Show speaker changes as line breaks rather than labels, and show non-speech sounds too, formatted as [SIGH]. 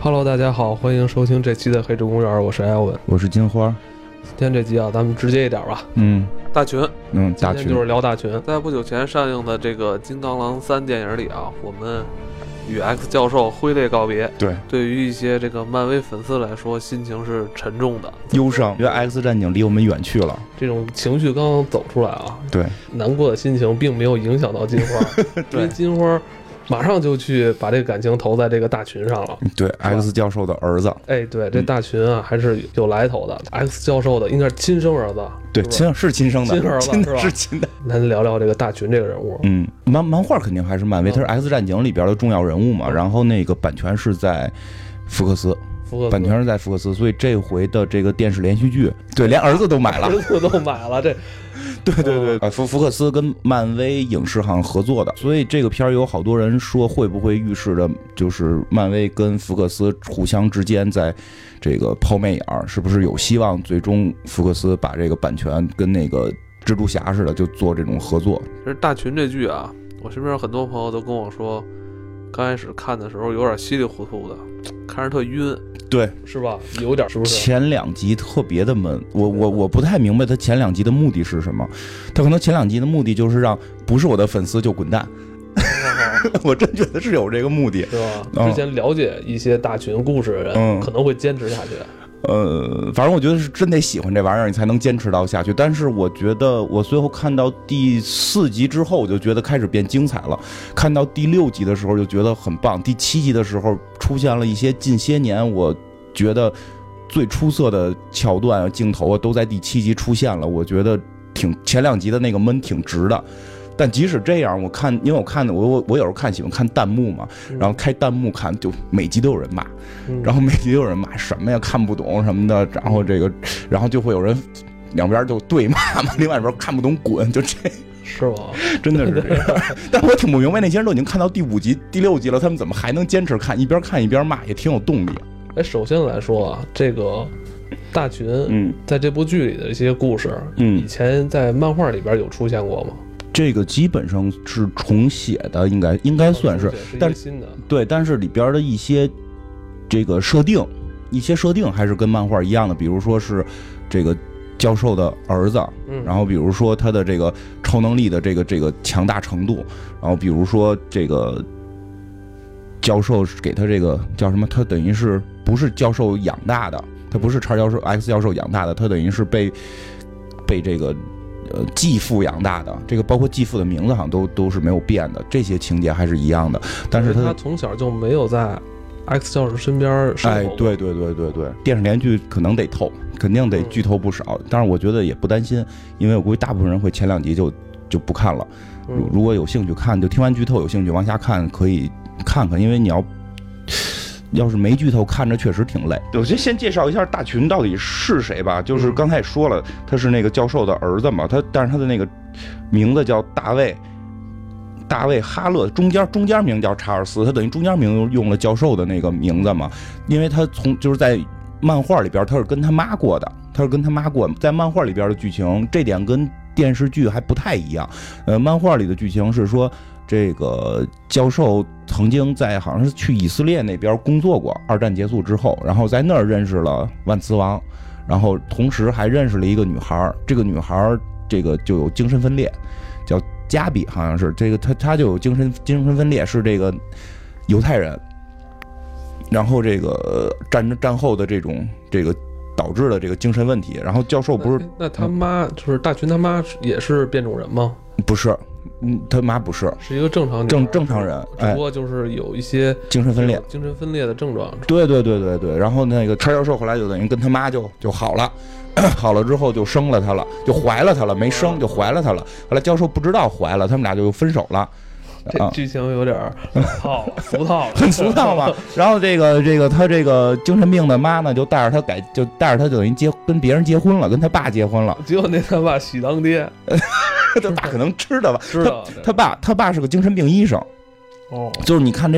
Hello，大家好，欢迎收听这期的《黑竹公园》，我是艾文。
我是金花，
今天这集啊，咱们直接一点吧。
嗯
大群
嗯，大
今
群
天就是聊大群。
在不久前上映的这个《金刚狼三》电影里啊，我们与 X 教授挥泪告别。
对
对于一些这个漫威粉丝来说，心情是沉重的。
忧伤，觉得 X 战警离我们远去了，
这种情绪刚刚走出来啊，
对，
难过的心情并没有影响到金
[LAUGHS]
花，因为金花马上就去把这个感情投在这个大群上了。
对 X 教授的儿子，
哎，对，这大群啊还是有来头的。X 教授的应该是亲生儿子，啊
对
是吧
亲是亲生的，
亲儿子
亲
是吧
的是亲的，
咱聊聊这个大群这个人物。
嗯，漫漫画肯定还是漫威，他是 X 战警里边的重要人物嘛，然后那个版权是在福克斯，
福克斯
版权是在福克斯，所以这回的这个电视连续剧，对，连儿子都买了
[LAUGHS] 儿，子都买了，这
对
[LAUGHS] 对
对啊，福福克斯跟漫威影视好像合作的，所以这个片儿有好多人说会不会预示着就是漫威跟福克斯互相之间在这个抛媚眼儿，是不是有希望最终福克斯把这个版权跟那个蜘蛛侠似的就做这种合作？
其实大群这剧啊，我身边很多朋友都跟我说，刚开始看的时候有点稀里糊涂的，看着特晕。
对，
是吧？有点是不是？
前两集特别的闷，我我我不太明白他前两集的目的是什么，他可能前两集的目的就是让不是我的粉丝就滚
[LAUGHS]
蛋， [LAUGHS] 我真觉得是有这个目的。
是吧？
嗯
之前了解一些大群故事的人，
嗯
可能会坚持下去。
呃，反正我觉得是真得喜欢这玩意儿，你才能坚持到下去。但是我觉得我最后看到第四集之后，我就觉得开始变精彩了。看到第六集的时候，就觉得很棒。第七集的时候，出现了一些近些年我觉得最出色的桥段啊、镜头啊，都在第七集出现了。我觉得挺前两集的那个闷挺值的。但即使这样，我看，因为我看的我我我有时候看喜欢看弹幕嘛，然后开弹幕看，就每集都有人骂，
嗯
然后媒体有人骂什么呀，看不懂什么的，然后这个，然后就会有人两边就对骂嘛，另外一边看不懂滚，就这
嗯是吧？
真的是这样。 [LAUGHS] 但我挺不明白，那些人都已经看到第五集、第六集了，他们怎么还能坚持看？一边看一边骂，也挺有动力。
哎，首先来说啊，这个大群
嗯
在这部剧里的一些故事，以
嗯，
前在漫画里边有出现过吗？
这个基本上是重写的，应该应该算是
这是一
但
个新的。
对，但是里边的一些这个设定，一些设定还是跟漫画一样的，比如说是这个教授的儿子，
嗯，
然后比如说他的这个超能力的这个这个强大程度，然后比如说这个教授是给他这个叫什么，他等于是不是教授养大的，他不是叉教授 X 教授养大的，他等于是被被这个。呃，继父养大的，这个包括继父的名字好像都都是没有变的，这些情节还是一样的。但是
因为
他
他从小就没有在 X 教授身边生
哎
活，过，
对对对对对，电视连续剧可能得透，肯定得
嗯
剧透不少。但是我觉得也不担心，因为我估计大部分人会前两集就就不看了。如
嗯，
如果有兴趣看，就听完剧透有兴趣往下看，可以看看，因为你要。要是没剧透，看着确实挺累。我先先介绍一下大群到底是谁吧，就是
嗯
刚才也说了，他是那个教授的儿子嘛，他但是他的那个名字叫大卫，大卫哈勒，中间中间名叫查尔斯，他等于中间名用了教授的那个名字嘛，因为他从就是在漫画里边他是跟他妈过的，他是跟他妈过，在漫画里边的剧情这点跟电视剧还不太一样，呃，漫画里的剧情是说。这个教授曾经在好像是去以色列那边工作过，二战结束之后，然后在那儿认识了万磁王，然后同时还认识了一个女孩儿，这个女孩儿这个就有精神分裂，叫加比，好像是这个她她就有精神精神分裂，是这个犹太人，然后这个呃战战后的这种这个导致的这个精神问题，然后教授不是嗯
哎那他妈就是大群他妈是也是变种人吗？
不是，嗯，他妈不是
是一个正常女孩
正正常人，
只
哎
不，过就是有一些
精神分裂。
精神分裂的症状。
对对对对对，然后那个叉教授后来就等于跟他妈就 [COUGHS] 就好了，好了之后就生了他了，就怀了他了，没生就怀了他了。后来教授不知道怀了，他们俩就分手了。 [COUGHS]
这
啊
剧情有点
[LAUGHS]
儿套俗套了，
很俗套嘛。 [COUGHS] 然后这个这个他这个精神病的妈呢，就带着他改，就带着他就等于结跟别人结婚了，跟他爸结婚 [LAUGHS] 了。
结果那他爸喜当爹，
他爸可能知道吧？
知道
他爸他爸是个精神病医生，
哦，
就是你看这